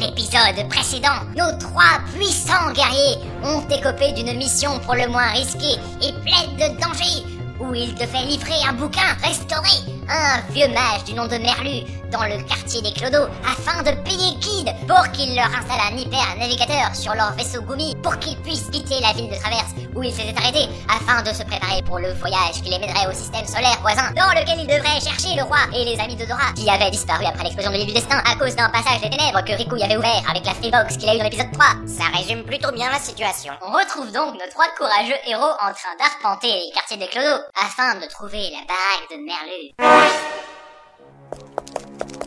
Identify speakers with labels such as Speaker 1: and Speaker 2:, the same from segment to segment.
Speaker 1: épisodes précédents, nos trois puissants guerriers ont écopé d'une mission pour le moins risquée et pleine de dangers, où il devait livrer un bouquin restauré à un vieux mage du nom de Merlu dans le quartier des Clodos afin de payer Kid pour qu'il leur installe un hyper-navigateur sur leur vaisseau Gumi pour qu'ils puissent quitter la ville de Traverse où ils s'étaient arrêtés afin de se préparer pour le voyage qui les mènerait au système solaire voisin dans lequel ils devraient chercher le roi et les amis de Dora qui avaient disparu après l'explosion de l'île du destin à cause d'un passage des ténèbres que Riku y avait ouvert avec la Freebox qu'il a eu dans l'épisode 3.
Speaker 2: Ça résume plutôt bien la situation.
Speaker 1: On retrouve donc nos trois courageux héros en train d'arpenter les quartiers des Clodos afin de trouver la baraque de Merlu.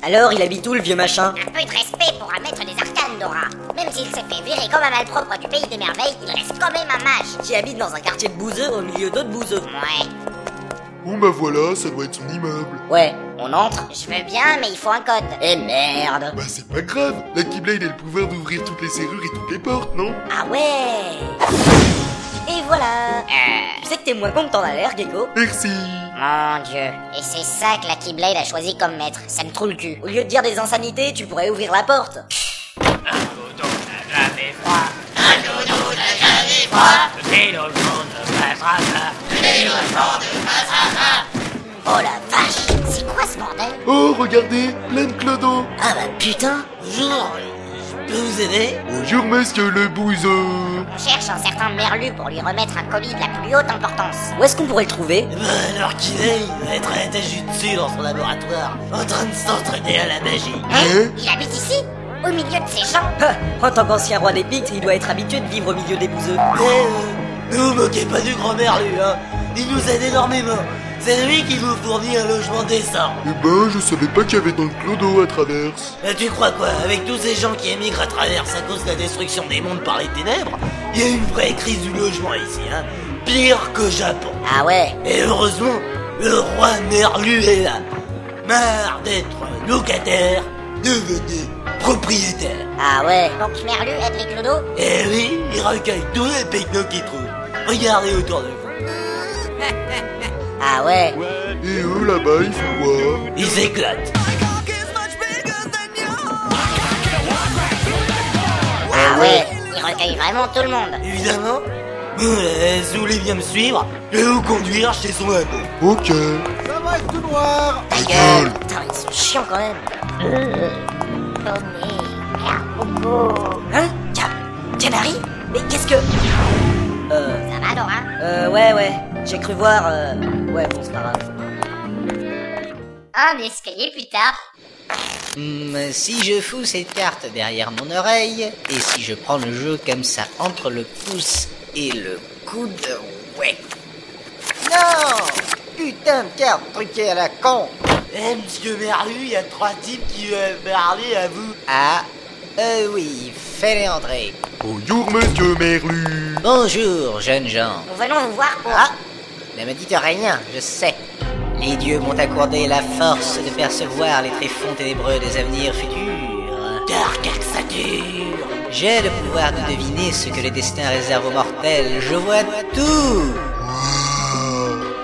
Speaker 3: Alors, il habite où le vieux machin
Speaker 2: Un peu de respect pour un maître des arcanes, Dora. Même s'il s'est fait virer comme un malpropre du pays des merveilles, il reste quand même un mage.
Speaker 3: Qui habite dans un quartier de bouseux au milieu d'autres bouseux.
Speaker 2: Ouais.
Speaker 4: Bon bah voilà, ça doit être son immeuble.
Speaker 3: Ouais, on entre
Speaker 2: Je veux bien, mais il faut un code.
Speaker 3: Eh merde
Speaker 4: Bah c'est pas grave, la Keyblade a le pouvoir d'ouvrir toutes les serrures et toutes les portes, non
Speaker 2: Ah ouais
Speaker 3: Et voilà
Speaker 2: Euh...
Speaker 3: Tu sais que t'es moins con que t'en as l'air, Gecko.
Speaker 4: Merci
Speaker 2: Mon dieu. Et c'est ça que la Keyblade a choisi comme maître. Ça me trouve le cul.
Speaker 3: Au lieu de dire des insanités, tu pourrais ouvrir la porte.
Speaker 2: Oh la vache C'est quoi ce bordel
Speaker 4: Oh regardez, plein de clodos
Speaker 3: Ah bah putain Bonjour Je peux vous aider
Speaker 4: Bonjour monsieur le bouseux
Speaker 2: On cherche un certain Merlu pour lui remettre un colis de la plus haute importance.
Speaker 3: Où est-ce qu'on pourrait le trouver
Speaker 5: Ben, alors qu'il est, il va être à l'étage du dessus dans son laboratoire, en train de s'entraîner à la magie.
Speaker 4: Hein
Speaker 2: Il habite ici Au milieu de ces gens
Speaker 3: Ah, En tant qu'ancien roi des Pictes, il doit être habitué de vivre au milieu des bouseux.
Speaker 5: Eh, euh, ne vous moquez pas du grand Merlu, hein Il nous aide énormément C'est lui qui nous fournit un logement décent
Speaker 4: Eh ben je savais pas qu'il y avait tant de clodos à traverse.
Speaker 5: Euh, Tu crois quoi Avec tous ces gens qui émigrent à travers à cause de la destruction des mondes par les ténèbres, il y a une vraie crise du logement ici, hein Pire qu'au Japon
Speaker 3: Ah ouais
Speaker 5: Et heureusement, le roi Merlu est là Marre d'être locataire, devenu propriétaire
Speaker 3: Ah ouais
Speaker 2: Donc Merlu aide les clodos
Speaker 5: Eh oui, il recueille tous les pétnots qu'il trouve. Regardez autour de vous.
Speaker 3: Ah ouais
Speaker 4: Et eux là-bas, ils font quoi
Speaker 5: Ils s'éclatent.
Speaker 2: Ah ouais Il recueille vraiment tout le monde.
Speaker 5: Évidemment. Bon, euh, si vous voulez bien me suivre, je vais vous conduire chez son abo.
Speaker 4: Ok.
Speaker 2: Ta gueule Putain, ils sont chiants quand même. Oh, Tommy, Mercoco.
Speaker 3: Hein
Speaker 2: Ca- Canary
Speaker 3: Mais qu'est-ce que... Euh...
Speaker 2: Ça va Dora
Speaker 3: Euh, ouais, ouais. J'ai cru voir... Euh... Ouais, bon, c'est pas grave.
Speaker 1: Un escalier plus tard,
Speaker 6: Hmm, si je fous cette carte derrière mon oreille, et si je prends le jeu comme ça entre le pouce et le coude, ouais. Non Putain de carte truquée à la con
Speaker 5: Eh, monsieur Merlu, il y a trois types qui veulent parler à vous.
Speaker 6: Ah, euh oui, fais-les entrer.
Speaker 4: Bonjour monsieur Merlu
Speaker 6: Bonjour, jeunes gens.
Speaker 2: Nous venons vous voir pour...
Speaker 6: Ah Ne me dites rien, je sais. Les dieux m'ont accordé la force de percevoir les tréfonds ténébreux des avenirs futurs.
Speaker 5: Dark Axatur.
Speaker 6: J'ai le pouvoir de deviner ce que le destin réserve aux mortels. Je vois tout.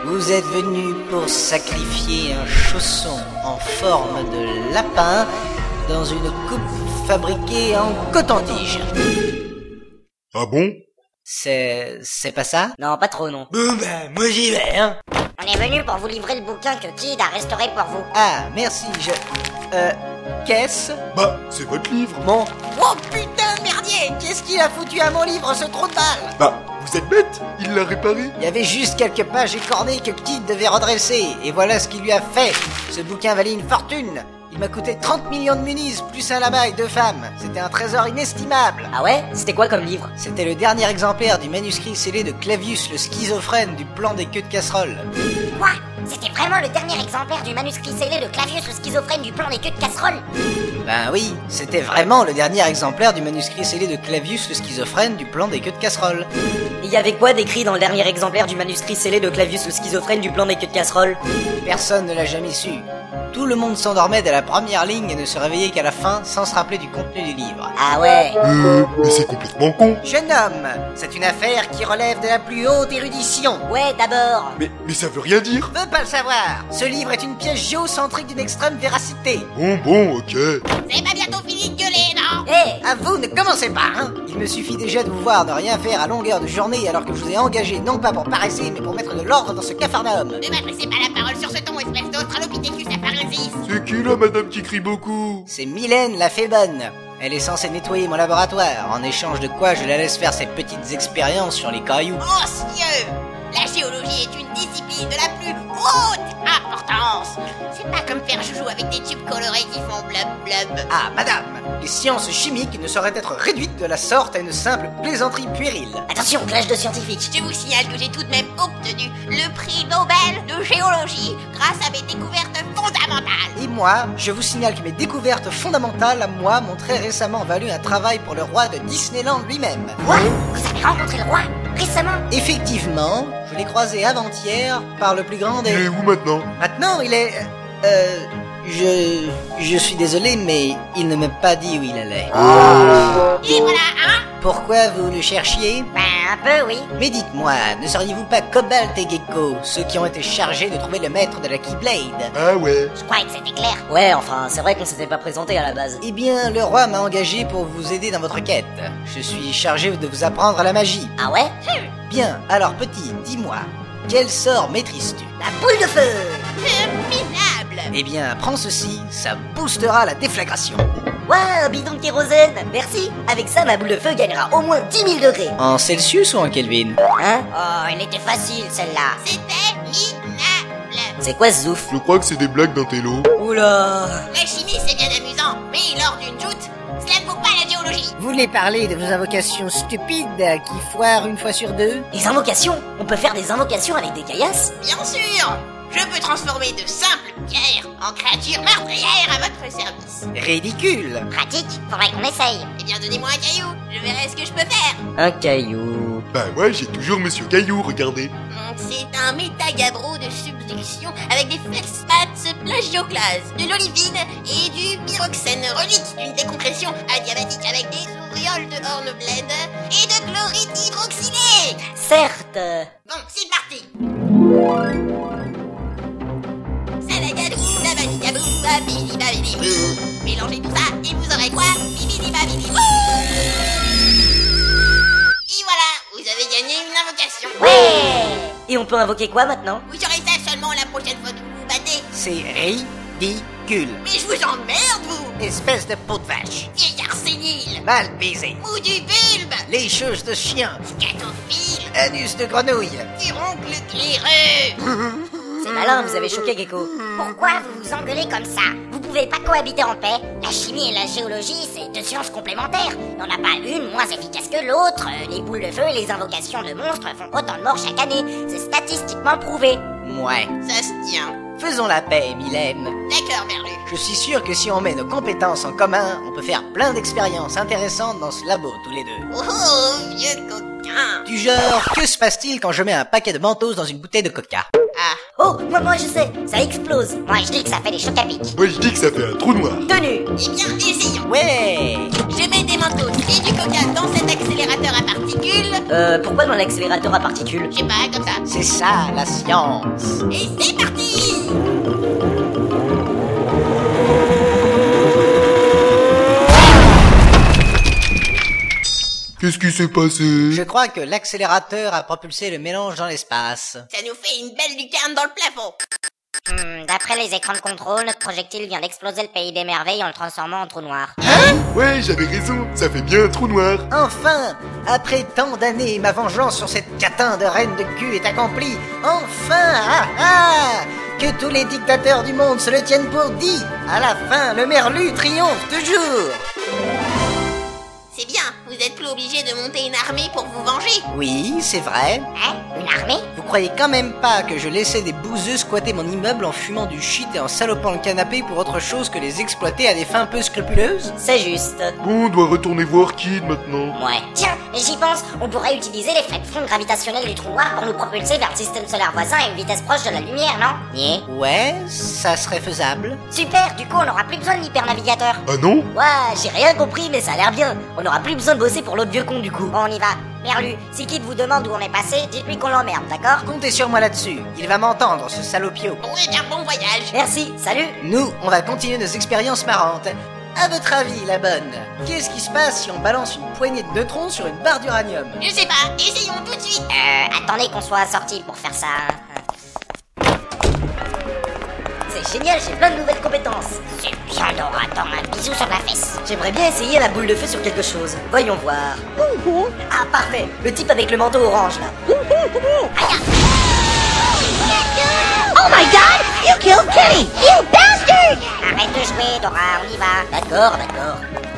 Speaker 6: Vous êtes venu pour sacrifier un chausson en forme de lapin dans une coupe fabriquée en coton-tige.
Speaker 4: Ah bon
Speaker 6: C'est... c'est pas ça
Speaker 3: Non, pas trop, non.
Speaker 5: Bon, ben, moi j'y vais, hein.
Speaker 2: On est venu pour vous livrer le bouquin que Kid a restauré pour vous.
Speaker 6: Ah, merci, je... Euh... Qu'est-ce
Speaker 4: Bah, c'est votre livre
Speaker 6: Bon... Oh putain, merdier Qu'est-ce qu'il a foutu à mon livre, ce trou de balle
Speaker 4: Bah, vous êtes bête Il l'a réparé
Speaker 6: Il y avait juste quelques pages écornées que Kid devait redresser, et voilà ce qu'il lui a fait. Ce bouquin valait une fortune. Il m'a coûté 30 millions de munis, plus un là-bas et deux femmes. C'était un trésor inestimable.
Speaker 3: Ah ouais C'était quoi comme livre
Speaker 6: C'était le dernier exemplaire du manuscrit scellé de Clavius le schizophrène du plan des queues de casserole.
Speaker 2: Quoi C'était vraiment le dernier exemplaire du manuscrit scellé de Clavius le schizophrène du plan des queues de casserole
Speaker 6: Ben oui, c'était vraiment le dernier exemplaire du manuscrit scellé de Clavius le schizophrène du plan des queues de casserole.
Speaker 3: Il y avait quoi d'écrit dans le dernier exemplaire du manuscrit scellé de Clavius le schizophrène du plan des queues de casserole
Speaker 6: Personne ne l'a jamais su. Tout le monde s'endormait dès la première ligne et ne se réveillait qu'à la fin sans se rappeler du contenu du livre.
Speaker 3: Ah ouais
Speaker 4: Euh, mais c'est complètement con
Speaker 6: Jeune homme, c'est une affaire qui relève de la plus haute érudition.
Speaker 3: Ouais, d'abord
Speaker 4: Mais, mais ça veut rien dire
Speaker 6: Veux pas le savoir Ce livre est une pièce géocentrique d'une extrême véracité.
Speaker 4: Bon, bon, ok.
Speaker 2: C'est pas bientôt fini de gueuler, non
Speaker 3: Eh
Speaker 6: à vous, ne commencez pas, hein Il me suffit déjà de vous voir ne rien faire à longueur de journée alors que je vous ai engagé non pas pour paresser, mais pour mettre de l'ordre dans ce cafarnaum.
Speaker 2: Ne m'adressez pas la parole sur ce ton, espèce d'autre, à Parésis
Speaker 4: C'est qui là, madame, qui crie beaucoup
Speaker 6: C'est Mylène la fée bonne. Elle est censée nettoyer mon laboratoire, en échange de quoi je la laisse faire ses petites expériences sur les cailloux.
Speaker 2: Oh, cieux La géologie est une discipline de la plus haute importance C'est pas comme faire joujou avec des tubes colorés qui font blub blub.
Speaker 6: Ah, madame Les sciences chimiques ne sauraient être réduites de la sorte à une simple plaisanterie puérile.
Speaker 3: Attention, clash de scientifiques.
Speaker 2: Je vous signale que j'ai tout de même obtenu le prix Nobel de géologie grâce à mes découvertes fondamentales
Speaker 6: Ah, Et moi, je vous signale que mes découvertes fondamentales à moi m'ont très récemment valu un travail pour le roi de Disneyland lui-même.
Speaker 1: Quoi Vous avez rencontré le roi Récemment
Speaker 6: Effectivement, je l'ai croisé avant-hier par le plus grand
Speaker 4: Il est
Speaker 6: des...
Speaker 4: où maintenant
Speaker 6: Maintenant, il est... Euh... Je... Je suis désolé, mais il ne m'a pas dit où il allait.
Speaker 2: Et voilà, hein
Speaker 6: Pourquoi vous le cherchiez
Speaker 1: Ben, un peu, oui.
Speaker 6: Mais dites-moi, ne seriez-vous pas Cobalt et Gecko, ceux qui ont été chargés de trouver le maître de la Keyblade
Speaker 4: Ah ouais.
Speaker 1: Je croyais que c'était clair.
Speaker 3: Ouais, enfin, c'est vrai qu'on s'était pas présenté à la base.
Speaker 6: Eh bien, le roi m'a engagé pour vous aider dans votre quête. Je suis chargé de vous apprendre la magie.
Speaker 1: Ah ouais
Speaker 6: Bien, alors petit, dis-moi, quel sort maîtrises-tu
Speaker 1: La boule de feu
Speaker 2: Minable
Speaker 6: Eh bien, prends ceci, ça boostera la déflagration.
Speaker 3: Ouah, un bidon de kérosène Merci Avec ça, ma boule de feu gagnera au moins 10 000 degrés.
Speaker 6: En Celsius ou en Kelvin
Speaker 3: Hein
Speaker 1: Oh, elle était facile, celle-là.
Speaker 2: C'était minable
Speaker 3: C'est quoi ce zouf
Speaker 4: Je crois que c'est des blagues d'un télo.
Speaker 3: Oula
Speaker 2: La chimie, c'est bien amusant, mais lors d'une joute, cela ne vaut pas la géologie
Speaker 6: Vous voulez parler de vos invocations stupides euh, qui foirent une fois sur deux
Speaker 3: Les invocations On peut faire des invocations avec des caillasses
Speaker 2: Bien sûr Je peux transformer de simples pierres en créatures meurtrières à votre service.
Speaker 6: Ridicule
Speaker 1: Pratique, faudrait qu'on essaye.
Speaker 2: Eh bien, donnez-moi un caillou, je verrai ce que je peux faire.
Speaker 3: Un caillou...
Speaker 4: Bah ouais, j'ai toujours Monsieur Caillou, regardez.
Speaker 2: Donc, C'est un métagabro de subduction avec des feldspaths plagioclases, de l'olivine et du pyroxène, relique d'une décompression adiabatique avec des auréoles de hornblende et de chlorite hydroxylée.
Speaker 3: Certes euh,
Speaker 2: Bon, c'est parti Salagadou, babadidabou, babidibabidibou Mélangez tout ça et vous aurez quoi Bibidibabidibou Et voilà, vous avez gagné une invocation
Speaker 3: Et on peut invoquer quoi maintenant
Speaker 2: Vous aurez ça seulement la prochaine fois que vous vous battez
Speaker 6: C'est ridicule
Speaker 2: Mais je vous emmerde, vous
Speaker 6: Espèce de peau de vache
Speaker 2: Vieillard sénile
Speaker 6: Mal baisé
Speaker 2: Mou du bulbe
Speaker 6: Les choses de chien
Speaker 2: Scatophile
Speaker 6: Anus de grenouille
Speaker 2: Furoncle claireux
Speaker 3: C'est malin, vous avez choqué Gecko.
Speaker 1: Pourquoi vous vous engueulez comme ça Vous pouvez pas cohabiter en paix. La chimie et la géologie, c'est deux sciences complémentaires. Il n'y en a pas une moins efficace que l'autre. Euh, Les boules de feu et les invocations de monstres font autant de morts chaque année. C'est statistiquement prouvé.
Speaker 6: Ouais.
Speaker 2: Ça se tient
Speaker 6: Faisons la paix, Mylène.
Speaker 2: D'accord, Merlu
Speaker 6: Je suis sûr que si on met nos compétences en commun, on peut faire plein d'expériences intéressantes dans ce labo tous les deux.
Speaker 2: Oh, oh, vieux coquin
Speaker 6: Du genre, que se passe-t-il quand je mets un paquet de mentos dans une bouteille de coca
Speaker 2: Ah
Speaker 3: Oh, moi, moi, je sais Ça explose
Speaker 1: Moi, je dis que ça fait des chocs à pic.
Speaker 4: Moi, je dis que ça fait un trou noir.
Speaker 3: Tenue
Speaker 2: Eh bien, essayons
Speaker 6: Ouais
Speaker 2: Je mets des manteaux et du coca dans cet accélérateur à particules.
Speaker 3: Euh, pourquoi dans l'accélérateur à particules
Speaker 2: Je sais pas, bah, comme ça.
Speaker 6: C'est ça, la science
Speaker 2: Et c'est parti
Speaker 4: Qu'est-ce qui s'est passé
Speaker 6: Je crois que l'accélérateur a propulsé le mélange dans l'espace.
Speaker 2: Ça nous fait une belle lucarne dans le plafond.
Speaker 1: Hmm, D'après les écrans de contrôle, notre projectile vient d'exploser le pays des merveilles en le transformant en trou noir.
Speaker 4: Ouais, j'avais raison, ça fait bien un trou noir.
Speaker 6: Enfin Après tant d'années, ma vengeance sur cette catin de reine de cul est accomplie Enfin ah, ah Que tous les dictateurs du monde se le tiennent pour dit À la fin, le merlu triomphe toujours
Speaker 2: C'est bien, vous êtes plus obligé de monter une armée pour vous venger.
Speaker 6: Oui, c'est vrai.
Speaker 1: Hein Une armée
Speaker 6: Vous croyez quand même pas que je laissais des bouseux squatter mon immeuble en fumant du shit et en salopant le canapé pour autre chose que les exploiter à des fins peu scrupuleuses
Speaker 3: C'est juste.
Speaker 4: Bon, on doit retourner voir Kid maintenant.
Speaker 3: Ouais.
Speaker 1: Tiens, j'y pense, on pourrait utiliser les frais de fond gravitationnels du trou noir pour nous propulser vers le système solaire voisin à une vitesse proche de la lumière, non Nier.
Speaker 6: Ouais, ça serait faisable.
Speaker 1: Super, du coup on n'aura plus besoin de l'hypernavigateur.
Speaker 4: Ah non
Speaker 3: Ouah, j'ai rien compris, mais ça a l'air bien. On n'aura plus besoin de bosser pour l'autre vieux con du coup.
Speaker 1: Bon, on y va. Merlu, si Kid vous demande où on est passé, dites-lui qu'on l'emmerde, d'accord
Speaker 6: Comptez sur moi là-dessus, il va m'entendre ce salopio.
Speaker 2: Bon et un bon voyage.
Speaker 3: Merci, salut
Speaker 6: Nous, on va continuer nos expériences marrantes. À votre avis, la bonne, qu'est-ce qui se passe si on balance une poignée de neutrons sur une barre d'uranium
Speaker 2: Je sais pas, essayons tout de suite.
Speaker 1: Euh, attendez qu'on soit assorti pour faire ça.
Speaker 3: C'est génial, j'ai plein de nouvelles compétences.
Speaker 1: C'est bien Dora, attends, un bisou sur la fesse.
Speaker 3: J'aimerais bien essayer la boule de feu sur quelque chose. Voyons voir. Ah, parfait. Le type avec le manteau orange, là.
Speaker 1: Oh my god You killed Kenny You bastard Arrête de jouer Dora, on y va.
Speaker 3: Ah, D'accord, d'accord.